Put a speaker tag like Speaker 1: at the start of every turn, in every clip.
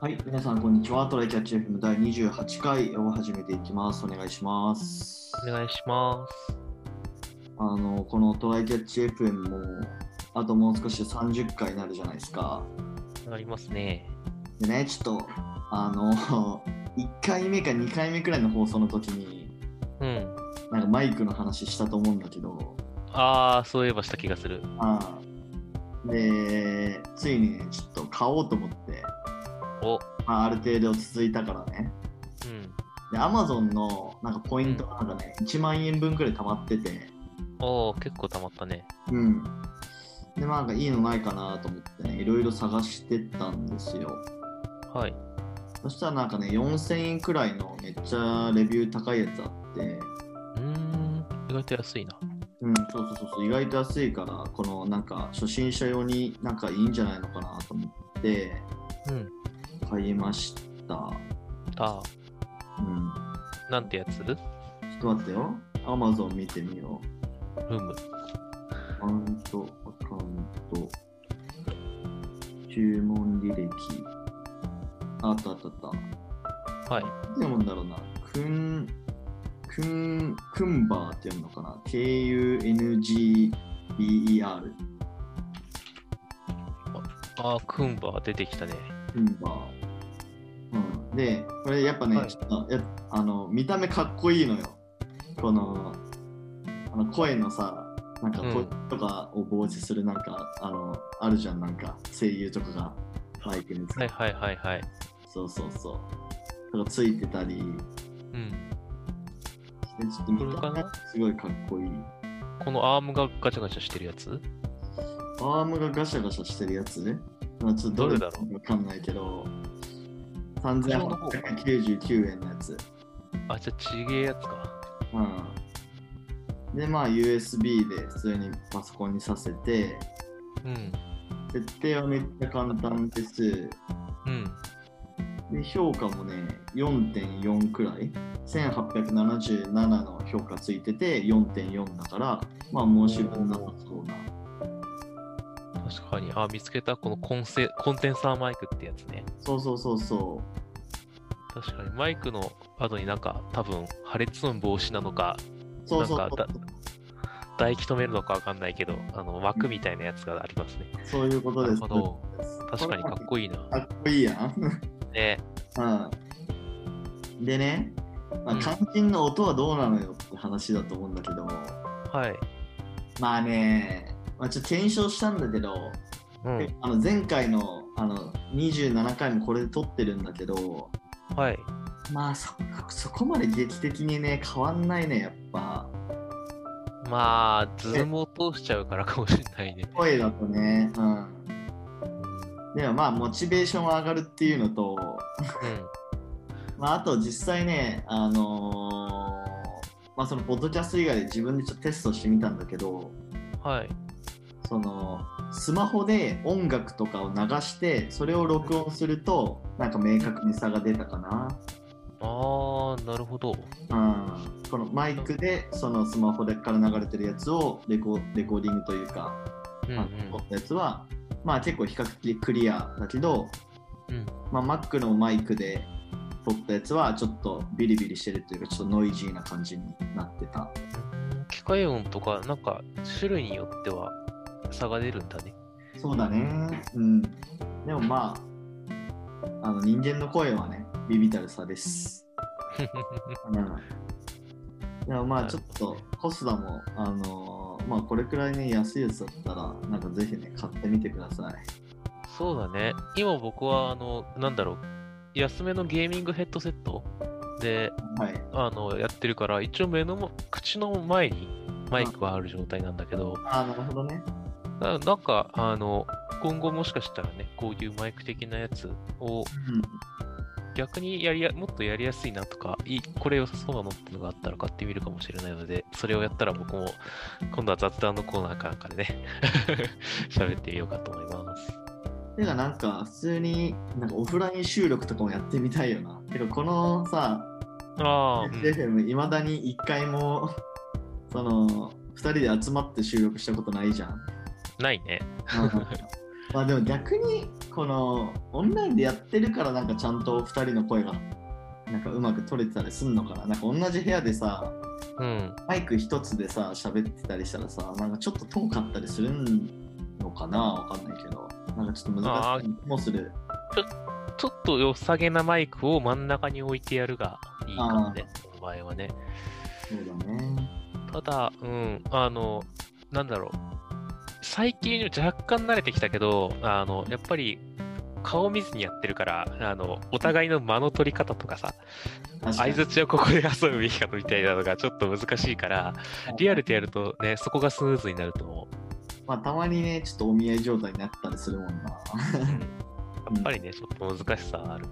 Speaker 1: はい、皆さん、こんにちは。トライキャッチ FM 第28回を始めていきます。お願いします。
Speaker 2: お願いします。
Speaker 1: あの、このトライキャッチ FM も、あともう少しで30回になるじゃないですか。
Speaker 2: ありますね。
Speaker 1: でね、ちょっと、あの、1回 目か2回目くらいの放送の時に、
Speaker 2: うん。
Speaker 1: なんかマイクの話したと思うんだけど、
Speaker 2: ああ、そういえばした気がする。
Speaker 1: ああで、ついにね、ちょっと買おうと思って、
Speaker 2: お、
Speaker 1: まあ、ある程度続いたからね。
Speaker 2: うん。
Speaker 1: で、Amazon のなんかポイントがなんかね、1万円分くらい溜まってて、
Speaker 2: おお、結構溜まったね。
Speaker 1: うん。で、まあ、なんかいいのないかなと思ってね、いろいろ探してたんですよ。
Speaker 2: はい。
Speaker 1: そしたらなんかね、4000円くらいのめっちゃレビュー高いやつあって、
Speaker 2: うーん、意外と安いな。
Speaker 1: うん、そうそうそうそう、意外と安いから、このなんか初心者用になんかいいんじゃないのかなと思って、
Speaker 2: うん。
Speaker 1: 買いました。
Speaker 2: あ
Speaker 1: うん。
Speaker 2: あ、なんてやつル
Speaker 1: ちょっと待ってよ。Amazon 見てみよう。
Speaker 2: ーム。
Speaker 1: アカウント、アカウント、注文履歴。ああったあったあった。
Speaker 2: はい。
Speaker 1: なんて読むんだろうな。クン、クン、クンバーって読むのかな ?K-U-N-G-B-E-R。
Speaker 2: ああ、クンバー出てきたね。
Speaker 1: クンバー。うん、で、これやっぱね、
Speaker 2: はい
Speaker 1: ちょっとやあの、見た目かっこいいのよ。この、あの声のさ、なんか
Speaker 2: うん
Speaker 1: 声とかを防止するなんか、あの、あるじゃん、なんか声優とかがマイクにつ
Speaker 2: はいはいはいはい。
Speaker 1: そうそうそう。とかついてたり、
Speaker 2: うん。
Speaker 1: でちょっと見た
Speaker 2: これ
Speaker 1: 目
Speaker 2: かな
Speaker 1: すごいかっこいい。
Speaker 2: このアームがガチャガチャしてるやつ
Speaker 1: アームがガシャガシャしてるやつね。あちょっとどれだろうわかんないけど、3899円のやつ。
Speaker 2: あ、じゃあちげえやつか。
Speaker 1: うん。で、まあ USB で普通にパソコンにさせて、
Speaker 2: うん。
Speaker 1: 設定はめっちゃ簡単です。
Speaker 2: うん。
Speaker 1: で、評価もね、4.4くらい。1877の評価ついてて4.4だから、まあ申し分なさそうな。
Speaker 2: 確かに。あ、見つけた。このコンセコンデンサーマイクってやつね。
Speaker 1: そうそうそうそう。
Speaker 2: 確かに。マイクの後になんか、多分破裂音防止なのか、
Speaker 1: そうそう
Speaker 2: な
Speaker 1: そ
Speaker 2: んかだ
Speaker 1: う。
Speaker 2: 唾液止めるのかわかんないけど、あの枠みたいなやつがありますね。
Speaker 1: そういうこと
Speaker 2: な
Speaker 1: で
Speaker 2: る
Speaker 1: す。
Speaker 2: ほど。確かにかっ
Speaker 1: い
Speaker 2: こいいな。
Speaker 1: い。かっこいいやん。
Speaker 2: ね
Speaker 1: うんでね、まあ、
Speaker 2: うん
Speaker 1: 肝心の音はどうなのよって話だと思うんだけど、
Speaker 2: はい。
Speaker 1: まあね、まあ、ちょっと検証したんだけど、
Speaker 2: うん。
Speaker 1: あの前回のあの27回もこれで撮ってるんだけど、
Speaker 2: はい。
Speaker 1: まあそそこまで劇的にね、変わんないね、やっぱ。
Speaker 2: まあ、ズームを通しちゃうからかもしれないね。
Speaker 1: 声だとね、うん。でもまあ、モチベーションは上がるっていうのと、
Speaker 2: うん。
Speaker 1: まあ、あと実際ね、あのーまあ、そのポッドキャスト以外で自分でちょっとテストしてみたんだけど、
Speaker 2: はい。
Speaker 1: そのスマホで音楽とかを流してそれを録音するとなんか明確に差が出たか
Speaker 2: ああ、なるほど。
Speaker 1: な、うん、このマイクでそのスマホでから流れてるやつをレコレコーディングというか、
Speaker 2: うん、う
Speaker 1: あ
Speaker 2: ん
Speaker 1: の。撮ったやつはまあ結構比較的クリアだけど、
Speaker 2: うん
Speaker 1: まあ、Mac のマイクで撮ったやつはちょっとビリビリしてるというかちょっとノイジーな感じになってた
Speaker 2: 機械音とか、なんか、種類によっては差が出るんだね。
Speaker 1: そうだねうんでもまああの人間の声はねビビたる差ですうん、でもまあ
Speaker 2: な
Speaker 1: ちょ
Speaker 2: る
Speaker 1: っ
Speaker 2: ほど
Speaker 1: とコスダも、あのーまあこれくらいね安いやつだったらなんかぜひね買ってみてください
Speaker 2: そうだね。今僕は、あの、なんだろう。安めのゲーミングヘッドセットで、
Speaker 1: はい
Speaker 2: あの、やってるから、一応目のも、口の前にマイクはある状態なんだけど、
Speaker 1: ああなるほどね
Speaker 2: ななんか、あの、今後もしかしたらね、こういうマイク的なやつを逆にやりや、もっとやりやすいなとか、いいこれ良さそうなのってのがあったら買ってみるかもしれないので、それをやったら僕も、今度は雑談のコーナーかなんかでね、 喋ってみようかと思います。
Speaker 1: うんてかなんか普通になんかオフライン収録とかもやってみたいよなてかこのさ
Speaker 2: ああ、うん、
Speaker 1: FM いまだに1回も その2人で集まって収録したことないじゃん
Speaker 2: ないね。
Speaker 1: なんかまあでも逆にこのオンラインでやってるからなんかちゃんと2人の声がなんかうまく取れてたりすんのかななんか同じ部屋でさ
Speaker 2: うん。
Speaker 1: マイク一つでさ喋ってたりしたらさなんかちょっと遠かったりするのかなわかんないけどなんかちょっと難しい気もする
Speaker 2: ちょっと良さげなマイクを真ん中に置いてやるがいいかもね、その場合はね。
Speaker 1: そうだね
Speaker 2: ただ、うん、あの、なんだろう。最近若干慣れてきたけど、あの、やっぱり顔見ずにやってるから、あの、お互いの間の取り方とかさ、
Speaker 1: 確かに
Speaker 2: 相づちをここで遊ぶべきかみたいなのがちょっと難しいから、リアルでやるとね、そこがスムーズになると思う。
Speaker 1: まあたまにねちょっとお見合い状態になったりするもんな
Speaker 2: やっぱりね、ちょっと難しさはある。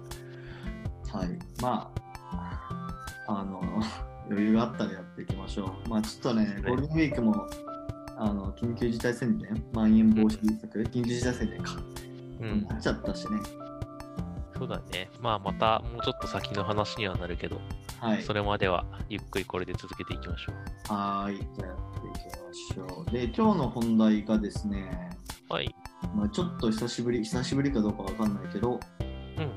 Speaker 1: はいまああの 余裕があったらやっていきましょうまあちょっとねゴールデンウィークもあの緊急事態宣言まん延防止対策、緊急事態宣言か、
Speaker 2: うん、
Speaker 1: なっちゃったしね
Speaker 2: そうだね。まあ、またもうちょっと先の話にはなるけど、
Speaker 1: はい
Speaker 2: それまではゆっくりこれで続けていきましょ
Speaker 1: はーい、じゃあやっていきましょう。で、今日の本題がですね、
Speaker 2: う。はい。
Speaker 1: まあ、ちょっと久しぶり、久しぶりかどうかわかんないけど、
Speaker 2: うん。
Speaker 1: ちょっ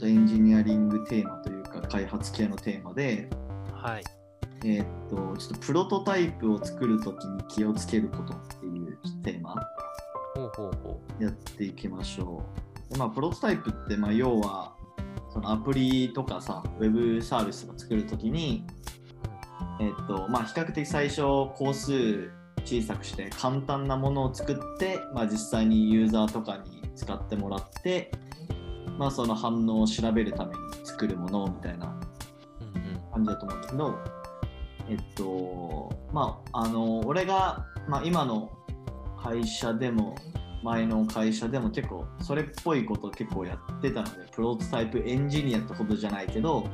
Speaker 1: とエンジニアリングテーマというか、開発系のテーマで、
Speaker 2: はい。
Speaker 1: えーっと、ちょっとプロトタイプを作るときに気をつけることっていうテーマ
Speaker 2: ほうほうほ
Speaker 1: やっていきましょう。でまあ、プロトタイプって、まあ、要は、そのアプリとかさ、ウェブサービスとか作るときに、えっと、まあ、比較的最初、工数小さくして、簡単なものを作って、まあ、実際にユーザーとかに使ってもらって、まあ、その反応を調べるために作るものみたいな
Speaker 2: う。うんうん。
Speaker 1: 感じだと思うんだけど、えっと、まあ、あの、俺が、まあ、今の会社でも、前の会社でも結構、それっぽいことを結構やってたので、プロトタイプエンジニアってほどじゃないけど、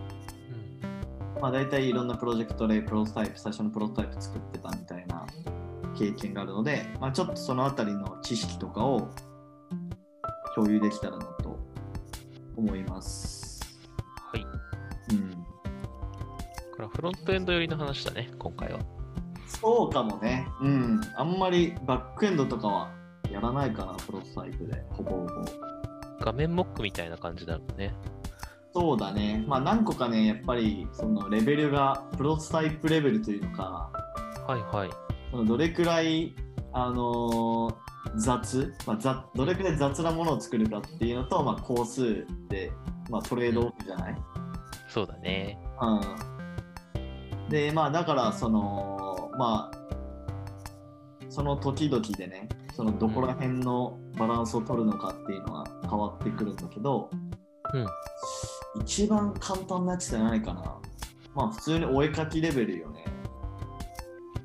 Speaker 1: まあ、大体いろんなプロジェクトでプロトタイプ、最初のプロトタイプ作ってたみたいな経験があるので、まあ、ちょっとそのあたりの知識とかを共有できたらなと思います。
Speaker 2: はい。
Speaker 1: うん。
Speaker 2: これはフロントエンド寄りの話だね、今回は。
Speaker 1: そうかもね。うん。あんまりバックエンドとかはやらないかな、プロトタイプで、ほぼほぼ。
Speaker 2: 画面モックみたいな感じだもんね。
Speaker 1: そうだね。まあ何個かね、やっぱりそのレベルがプロトタイプレベルというのか、
Speaker 2: はいはい。
Speaker 1: そのどれくらい、あのー雑、まあ、雑どれくらい雑なものを作るかっていうのと、まあ、工数で、まあ、トレードオフじゃない、
Speaker 2: そうだね。
Speaker 1: うん、でまあだからそのまあその時々でねそのどこら辺のバランスを取るのかっていうのは変わってくるんだけど、
Speaker 2: うん
Speaker 1: 一番簡単なやつじゃないかなまあ普通にお絵描きレベルよね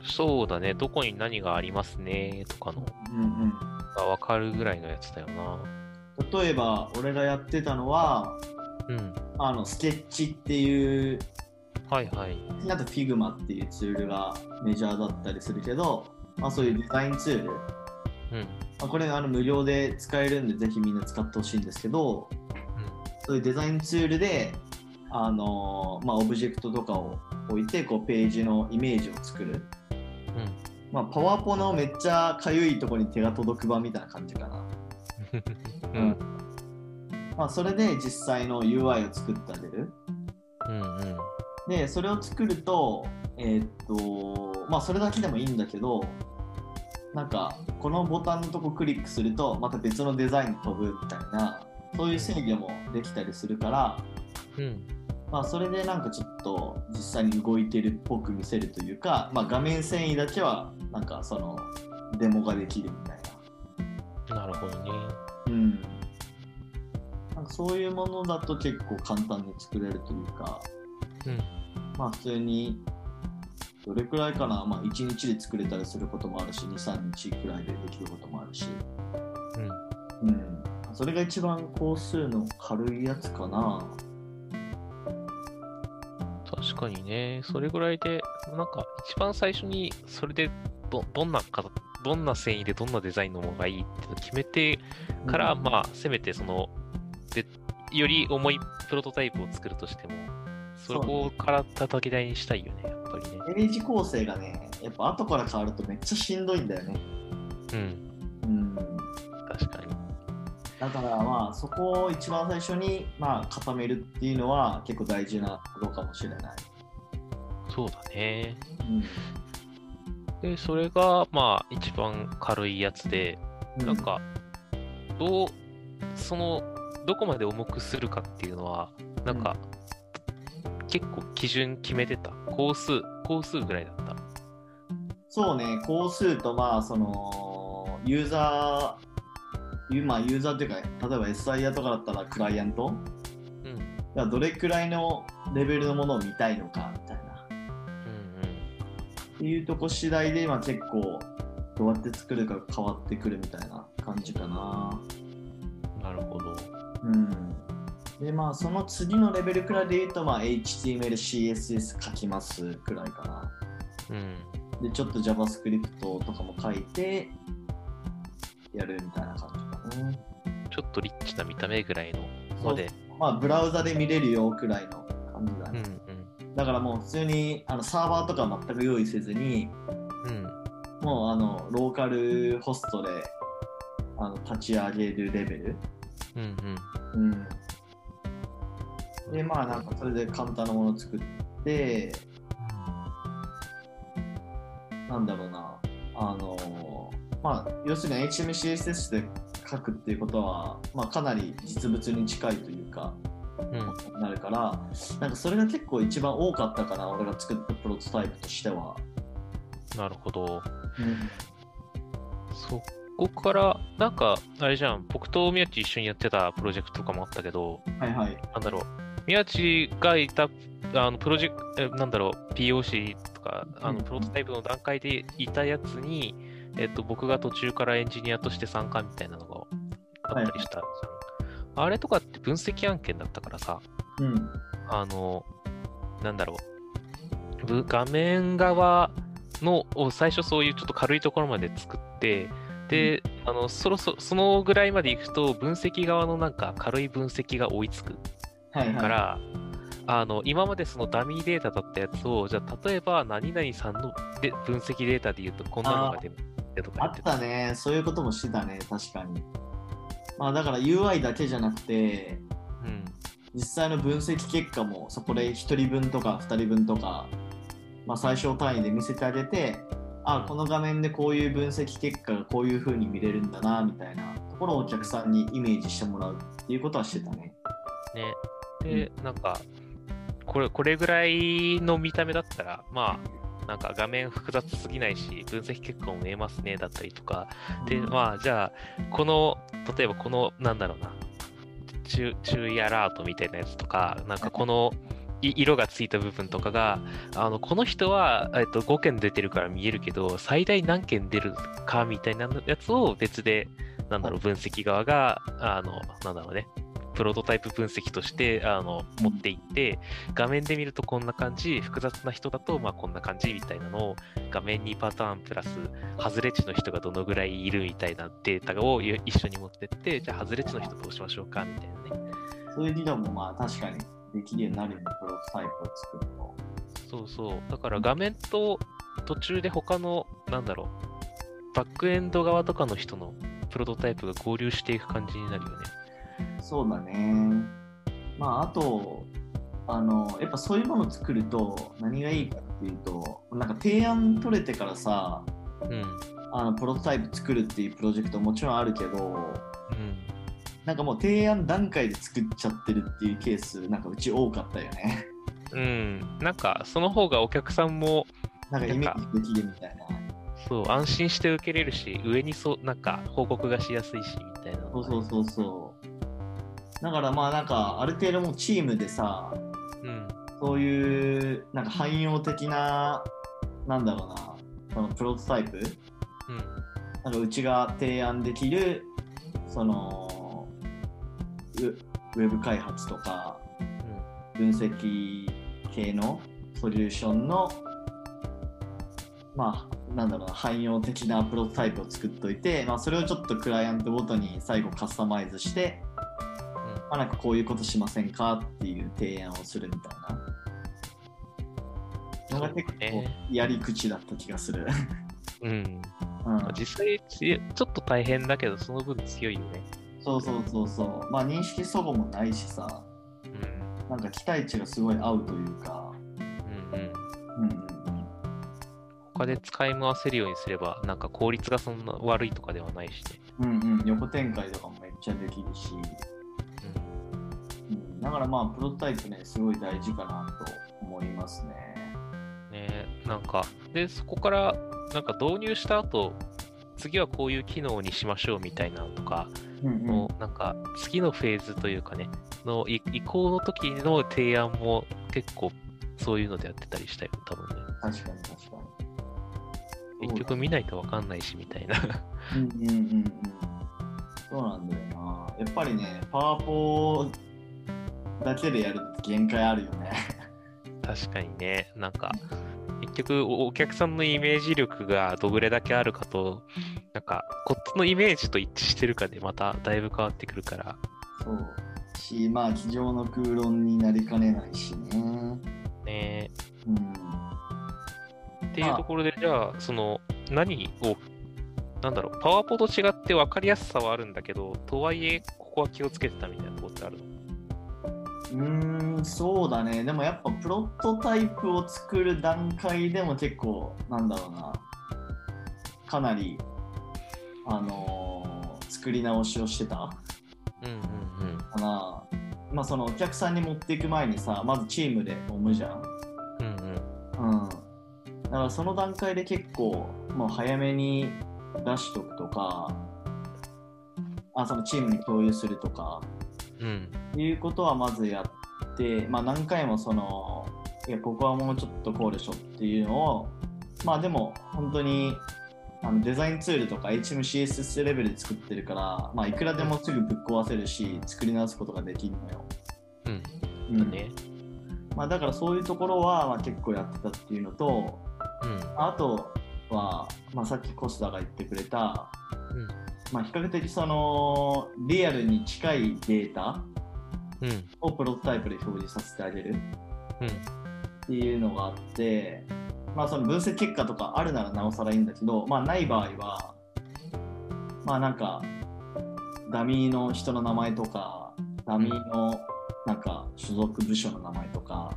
Speaker 2: そうだね。どこに何がありますねとかの
Speaker 1: うんうん
Speaker 2: が分かるぐらいのやつだよな。
Speaker 1: 例えば俺がやってたのは
Speaker 2: うん。
Speaker 1: あのスケッチっていう
Speaker 2: はいはい。
Speaker 1: あと Figma っていうツールがメジャーだったりするけど、まあ、そういうデザインツール
Speaker 2: うん。
Speaker 1: まあ、これあの無料で使えるんでぜひみんな使ってほしいんですけど、そういうデザインツールで、あのーまあ、オブジェクトとかを置いてこうページのイメージを作る、
Speaker 2: う
Speaker 1: まあ、パワポのめっちゃかゆいところに手が届く版みたいな感じかな、
Speaker 2: ん。うん。
Speaker 1: まあ、それで実際の UI を作ってあげる
Speaker 2: うんうん。
Speaker 1: でそれを作るとえーっとまあそれだけでもいいんだけどなんかこのボタンのとこクリックするとまた別のデザインに飛ぶみたいなそういう制御もできたりするから、
Speaker 2: うん。
Speaker 1: まあ、それでなんかちょっと実際に動いてるっぽく見せるというか、まあ、画面遷移だけはなんかそのデモができるみたいな
Speaker 2: なるほどね。
Speaker 1: うん、なんかそういうものだと結構簡単に作れるというか、
Speaker 2: うん
Speaker 1: まあ普通にどれくらいかな、まあ、1日で作れたりすることもあるし23日くらいでできることもあるし、
Speaker 2: うん。
Speaker 1: うん、それが一番工数の軽いやつかな
Speaker 2: 確かにね、それぐらいで、なんか一番最初にそれでどどんなかどんな繊維でどんなデザインのものがいいっていうのを決めてから、
Speaker 1: うん
Speaker 2: まあせめてそのでより重いプロトタイプを作るとしてもそこから叩き台にしたいよねやっぱりね。
Speaker 1: イメージ構成がねやっぱ後から変わるとめっちゃしんどいんだよね、
Speaker 2: うん
Speaker 1: うん、
Speaker 2: 確かに。
Speaker 1: だからまあそこを一番最初にまあ固めるっていうのは結構大事なことかもしれない。
Speaker 2: そうだね。
Speaker 1: うん
Speaker 2: で、それが、まあ、一番軽いやつで、
Speaker 1: う
Speaker 2: なんか、どう、その、どこまで重くするかっていうのは、なんか、結構基準決めてた。工数、工数ぐらいだった。
Speaker 1: そうね、工数とまあそのユーザー、ゆまあ、ユーザーっていうか、例えば SIA とかだったらクライアント
Speaker 2: うん。うん
Speaker 1: がどれくらいのレベルのものを見たいのかみたいな。っていうとこ次第で今結構どうやって作るか変わってくるみたいな感じかな。
Speaker 2: うん。なるほど。
Speaker 1: うん。でまあその次のレベルくらいで言うとまあ HTML、CSS 書きますくらいかな。
Speaker 2: うん。
Speaker 1: で、ちょっと JavaScript とかも書いて、やるみたいな感じかな。
Speaker 2: ちょっとリッチな見た目ぐらいのまで。
Speaker 1: まあ、ブラウザで見れるよくらいの感じだ
Speaker 2: うん
Speaker 1: ね。だからもう普通にあのサーバーとか全く用意せずに、
Speaker 2: うん。うん。
Speaker 1: もうあのローカルホストであの立ち上げるレベル。
Speaker 2: うん
Speaker 1: うん、
Speaker 2: うん。
Speaker 1: で、まあなんかそれで簡単なものを作って、なんだろうな、あのまあ、要するに HMCSS で書くっていうことは、まあ、かなり実物に近いというか、
Speaker 2: うん。
Speaker 1: なるからなんかそれが結構一番多かったかな俺が作ったプロトタイプとしては、
Speaker 2: なるほど。
Speaker 1: うん、
Speaker 2: そこから、なんか、あれじゃん、僕と宮地一緒にやってたプロジェクトとかもあったけど、
Speaker 1: はいはい
Speaker 2: なんだろう、宮地がいた、あの、プロジェクト、えなんだろう、POC とか、あ
Speaker 1: う
Speaker 2: の、
Speaker 1: ん
Speaker 2: プロトタイプの段階でいたやつに、えっと、僕が途中からエンジニアとして参加みたいなのがあったりしたじゃん。あれとかって分析案件だったからさ、
Speaker 1: うん
Speaker 2: あの、なんだろう、ぶ画面側のを最初そういうちょっと軽いところまで作って、で、あのそろそろそのぐらいまで行くと分析側のなんか軽い分析が追いつく
Speaker 1: はいはい
Speaker 2: から、あの今までそのダミーデータだったやつをじゃあ例えば何々さんので分析データで言うとこんなのが出るとか
Speaker 1: あ
Speaker 2: 言
Speaker 1: ってたねそういうこともしてたね確かにまあだから UI だけじゃなくて
Speaker 2: うん
Speaker 1: 実際の分析結果もそこで1人分とか2人分とか、まあ、最小単位で見せてあげてあこの画面でこういう分析結果がこういう風に見れるんだなみたいなところをお客さんにイメージしてもらうっていうことはしてたね。
Speaker 2: ね。で、なんか、これ、これぐらいの見た目だったら、まあ、なんか画面複雑すぎないし、分析結果も見えますね、だったりとか。で、まあ、じゃあ、この、例えばこの、なんだろうな、注注意アラートみたいなやつとか、なんかこの、い色がついた部分とかがあのこの人は、えっと、5件出てるから見えるけど最大何件出るかみたいなやつを別でなんだろう分析側があのなんだろうねプロトタイプ分析としてあの持っていって画面で見るとこんな感じ複雑な人だとまあこんな感じみたいなのを画面にパターンプラス外れ値の人がどのぐらいいるみたいなデータをい一緒に持ってってじゃあ外れ値の人どうしましょうかみたいなね
Speaker 1: そういう理論もまあ確かにできるようになるよね、プロトタイプを作ると。
Speaker 2: そうそうだから画面と途中で他のなんだろうバックエンド側とかの人のプロトタイプが合流していく感じになるよね
Speaker 1: そうだね。まああと、あの、やっぱそういうものを作ると何がいいかっていうと、なんか提案取れてからさ、
Speaker 2: うん
Speaker 1: あのプロトタイプ作るっていうプロジェクトもちろんあるけど、
Speaker 2: うん
Speaker 1: なんかもう提案段階で作っちゃってるっていうケース、なんかうち多かったよね。
Speaker 2: うん、なんかその方がお客さんも
Speaker 1: なんかイメージできるみたいな。
Speaker 2: そう安心して受けれるし上にそうなんか報告がしやすいしみたいなの
Speaker 1: そう
Speaker 2: がね
Speaker 1: そうそうそう。だからまあなんかある程度もうチームでさ、
Speaker 2: うん
Speaker 1: そういうなんか汎用的な、なんだろうな、そのプロトタイプ、
Speaker 2: うん
Speaker 1: なんかうちが提案できる、そのウウェブ開発とか、分析系のソリューションの、まあ、なんだろうな、汎用的なプロトタイプを作っておいて、まあ、それをちょっとクライアントごとに最後カスタマイズして、まあ、なんかこういうことしませんかっていう提案をするみたいな。なんか結
Speaker 2: そうだ
Speaker 1: 構
Speaker 2: ね
Speaker 1: やり口だった気がする。
Speaker 2: うん、うん
Speaker 1: うん
Speaker 2: まあ、実際ちちょっと大変だけどその分強いよね
Speaker 1: そうそうそうそうまあ認識齟齬もないしさ
Speaker 2: うん
Speaker 1: なんか期待値がすごい合うというか
Speaker 2: うん
Speaker 1: うんうんう
Speaker 2: うん
Speaker 1: ん
Speaker 2: 他で使い回せるようにすればなんか効率がそんな悪いとかではないしね、
Speaker 1: うんうん、横展開とかもめっちゃできるし、うん、だからまあプロトタイプねすごい大事かなと思いますね
Speaker 2: うん、ねなんかでそこからなんか導入した後次はこういう機能にしましょうみたいなのとか
Speaker 1: うんうん
Speaker 2: の、なんか次のフェーズというかねのい移行の時の提案も結構そういうのでやってたりしたよ多分ね
Speaker 1: 確かに確かに
Speaker 2: 結局見ないと分かんないしみたいな
Speaker 1: うんうんうんうんそうなんだよなやっぱりねパワポだけでやると限界あるよね
Speaker 2: 確かにねなんか結局おお客さんのイメージ力がどれだけあるかとなんかこっちのイメージと一致してるかでまただいぶ変わってくるから
Speaker 1: そうしまあ机上の空論になりかねないしね
Speaker 2: ね
Speaker 1: うん
Speaker 2: っていうところでじゃあその何をなんだろうパワポと違って分かりやすさはあるんだけどとはいえここは気をつけてたみたいなところってあるの
Speaker 1: うーんそうだねでもやっぱプロトタイプを作る段階でも結構なんだろうなかなりあのー作り直しをしてた
Speaker 2: うんうんうん
Speaker 1: かなまあそのお客さんに持っていく前にさまずチームで揉むじゃん
Speaker 2: うんうん
Speaker 1: うんだからその段階で結構もう早めに出しとくとかあそのチームに共有するとか
Speaker 2: うん
Speaker 1: いうことはまずやって、まあ、何回もそのいやここはもうちょっとこうでしょっていうのをまあでも本当にあのデザインツールとか HMCSS レベルで作ってるから、まあ、いくらでもすぐぶっ壊せるし作り直すことができるのよ。
Speaker 2: うん
Speaker 1: う
Speaker 2: だ
Speaker 1: ん
Speaker 2: ね
Speaker 1: まあ、だからそういうところはまあ結構やってたっていうのと
Speaker 2: うん
Speaker 1: あとは、まあ、さっきコスタが言ってくれた、
Speaker 2: うん
Speaker 1: まあ、比較的そのリアルに近いデータ
Speaker 2: うん
Speaker 1: をプロトタイプで表示させてあげる
Speaker 2: うん
Speaker 1: っていうのがあって、まあ、その分析結果とかあるならなおさらいいんだけど、まあ、ない場合はまあなんかダミーの人の名前とかダミーのなんか所属部署の名前とか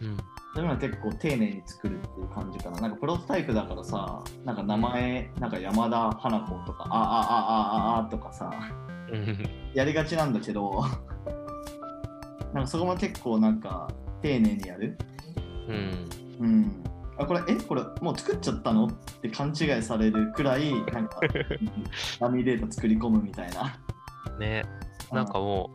Speaker 2: うん
Speaker 1: そういうのは結構丁寧に作るっていう感じかななんかプロトタイプだからさなんか名前なんか山田花子とかあああああああとかさ
Speaker 2: うん
Speaker 1: やりがちなんだけどなんかそこも結構なんか丁寧にやる
Speaker 2: う
Speaker 1: う
Speaker 2: ん
Speaker 1: ん、あこれえこれもう作っちゃったのって勘違いされるくらいなん かダミーデータ作り込むみたいな。
Speaker 2: ね なんかも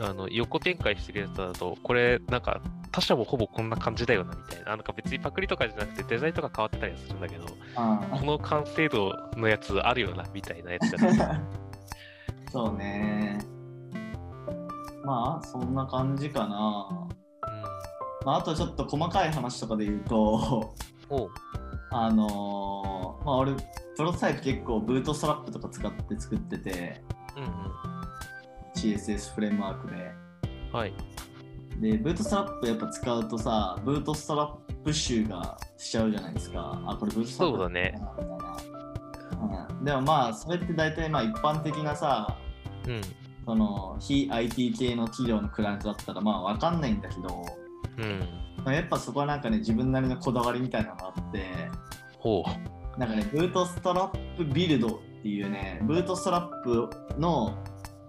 Speaker 2: う、あの横展開してるやつだと、これ、なんか他社もほぼこんな感じだよなみたいな、あなんか別にパクリとかじゃなくて、デザインとか変わってたりはするんだけど、
Speaker 1: あ
Speaker 2: この完成度のやつあるよなみたいなやつだね
Speaker 1: そうね。まあそんな感じかな。まあ、あとちょっと細かい話とかで言うと
Speaker 2: うん。おう
Speaker 1: あのーまあ俺プロトタイプ結構ブートストラップとか使って作ってて
Speaker 2: うんう
Speaker 1: CSS フレームワークで。
Speaker 2: ん。はい。
Speaker 1: でブートストラップやっぱ使うとさブートストラップ集がしちゃうじゃないですかあこれブートストラップ
Speaker 2: そうだね
Speaker 1: みたいなうんでもまあそれって大体まあ一般的なさ
Speaker 2: うん。
Speaker 1: その非 IT 系の企業のクライアントだったらまあわかんないんだけど
Speaker 2: うん。
Speaker 1: やっぱそこはなんかね自分なりのこだわりみたいなのがあって
Speaker 2: ほ
Speaker 1: なんかねブートストラップビルドっていうねブートストラップの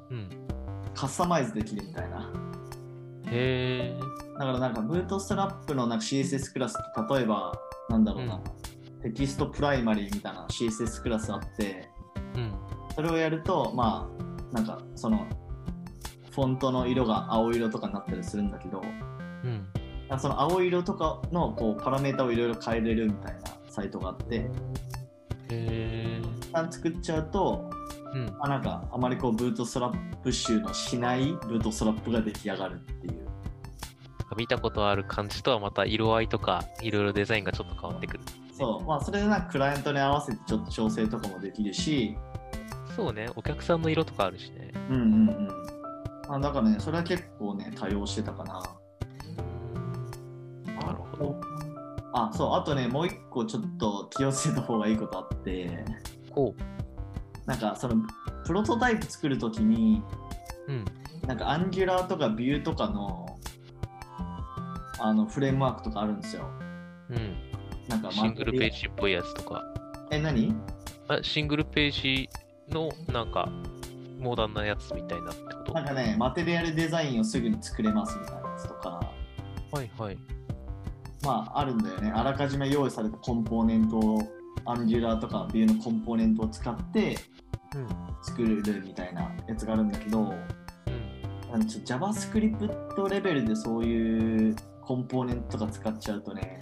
Speaker 2: う。うん。
Speaker 1: カスタマイズできるみたいな
Speaker 2: へえ。
Speaker 1: だからなんかブートストラップのなんか CSS クラスって例えばなんだろうな、テキストプライマリーみたいな CSS クラスあって
Speaker 2: うん。
Speaker 1: それをやるとまあなんかそのフォントの色が青色とかになったりするんだけど
Speaker 2: うん。
Speaker 1: その青色とかのこうパラメータをいろいろ変えれるみたいなサイトがあって
Speaker 2: へえ。
Speaker 1: 一旦作っちゃうと、
Speaker 2: うん。
Speaker 1: まあ、なんかあまりこうブートストラップ集のしないブートストラップが出来上がるっていう
Speaker 2: 見たことある感じとはまた色合いとか、いろいろデザインがちょっと変わってくる。
Speaker 1: そうまあそれでなんかクライアントに合わせてちょっと調整とかもできるし
Speaker 2: そうね。お客さんの色とかあるしね。
Speaker 1: うんうんうん。あだからね、それは結構ね、多用してたかな。
Speaker 2: なるほど。
Speaker 1: あ、そう、あとね、もう一個ちょっと気をつけた方がいいことあって、
Speaker 2: こう。
Speaker 1: なんかその、ププロトタイプ作るときに、
Speaker 2: うん。
Speaker 1: なんか Angular とか Vue とかのあのフレームワークとかあるんですよ。
Speaker 2: うん。
Speaker 1: なんか
Speaker 2: シングルペー
Speaker 1: ジ。
Speaker 2: ジっぽいやつとか。
Speaker 1: え、何
Speaker 2: あシングルページのなんかモダンなやつみたいなってこと
Speaker 1: なんかね、マテリアルデザインをすぐに作れますみたいなやつとか、
Speaker 2: はいはい。
Speaker 1: まああるんだよね。あらかじめ用意されたコンポーネントを Angular とか Vue のコンポーネントを使って
Speaker 2: うん。
Speaker 1: 作るみたいなやつがあるんだけど、
Speaker 2: うん。
Speaker 1: あのちょ JavaScript レベルでそういうコンポーネントとか使っちゃうとね、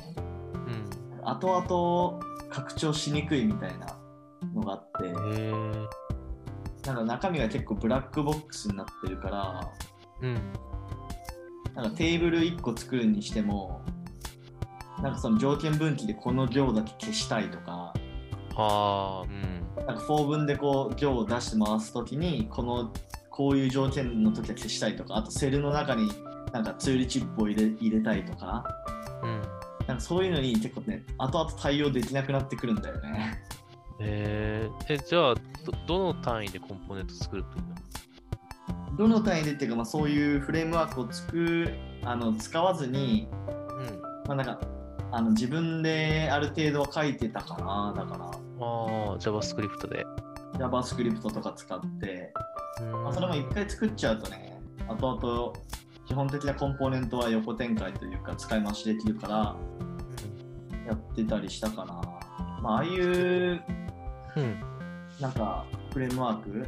Speaker 1: 後々拡張しにくいみたいなのがあって。
Speaker 2: うん。へえ。
Speaker 1: なんか中身が結構ブラックボックスになってるから、
Speaker 2: うん。
Speaker 1: なんかテーブル1個作るにしても、なんかその条件分岐でこの行だけ消したいとか、
Speaker 2: ああ、うん。
Speaker 1: なんか for 文でこう行を出して回すときに、この、こういう条件の時は消したいとか、あとセルの中になんかツールチップを入れ入れたいとか、
Speaker 2: うん。
Speaker 1: なんかそういうのに結構ね、後々対応できなくなってくるんだよね。
Speaker 2: へえ。え、じゃあど、どの単位でコンポーネント作るってこと
Speaker 1: どの単位でっていうか、まあ、そういうフレームワークをつくあの使わずに、
Speaker 2: うん。
Speaker 1: まあ、なんかあの自分である程度は書いてたかなだか
Speaker 2: ああ、JavaScript で。
Speaker 1: ら JavaScript とか使って、
Speaker 2: うん
Speaker 1: まあ、それも一回作っちゃうとね後々基本的なコンポーネントは横展開というか使い回しできるからやってたりしたかな、まあ、ああいう
Speaker 2: うん。
Speaker 1: なんかフレームワーク、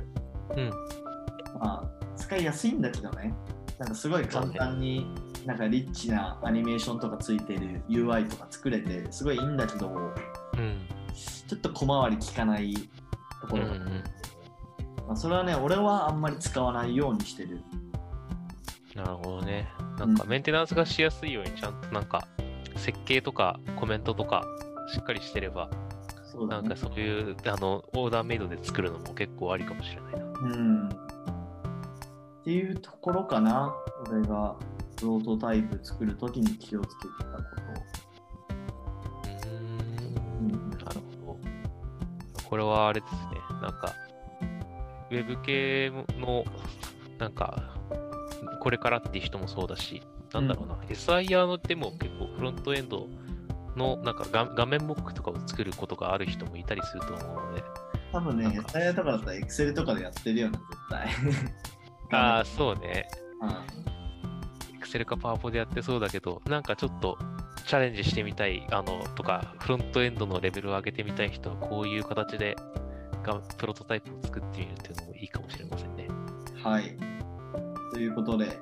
Speaker 2: うん
Speaker 1: まあ、使いやすいんだけどねなんかすごい簡単になんかリッチなアニメーションとかついてる UI とか作れてすごいいいんだけど、
Speaker 2: うん。
Speaker 1: ちょっと小回り効かないとこ
Speaker 2: うん。う
Speaker 1: ろが、
Speaker 2: ん。
Speaker 1: まあ、それはね、俺はあんまり使わないようにしてる。
Speaker 2: なるほどね。なんかメンテナンスがしやすいように、ちゃんとなんか設計とかコメントとかしっかりしてれば、
Speaker 1: そう
Speaker 2: な
Speaker 1: だ
Speaker 2: ん
Speaker 1: ね。
Speaker 2: かそういうあのオーダーメイドで作るのも結構ありかもしれないな。
Speaker 1: うん。っていうところかな、俺がプロトタイプ作るときに気をつけてたこと。
Speaker 2: うーん
Speaker 1: うん
Speaker 2: なるほど。これはあれですね、なんか、ウェブ系の、なんか、これからっていう人もそうだし、なんだろうな、SIR のでも結構フロントエンドのなんか画画面モックとかを作ることがある人もいたりすると思うので、
Speaker 1: 多分ね、
Speaker 2: なん
Speaker 1: エ
Speaker 2: か
Speaker 1: タヤとかだったら Excel とかでやってるよね、絶対。
Speaker 2: あ
Speaker 1: あ
Speaker 2: あ、そうね、
Speaker 1: あ。
Speaker 2: Excel か PowerPoint でやってそうだけど、なんかちょっとチャレンジしてみたい、あの、とか、フロントエンドのレベルを上げてみたい人は、こういう形でがプロトタイプを作ってみるっていうのもいいかもしれませんね。
Speaker 1: はい。ということで、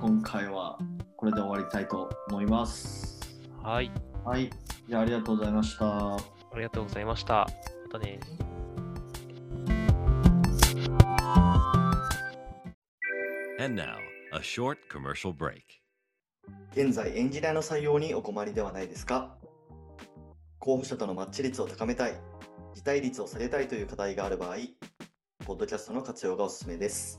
Speaker 1: 今回はこれで終わりたいと思います。
Speaker 2: はい、
Speaker 1: はい。じゃあ、ありがとうございました。
Speaker 2: ありがとうございました。またね
Speaker 3: And now, a short commercial break.
Speaker 1: 現在エンジニアの採用にお困りではないですか候補者とのマッチ率を高めたい辞退率を下げたいという課題がある場合ポッドキャストの活用がおすすめです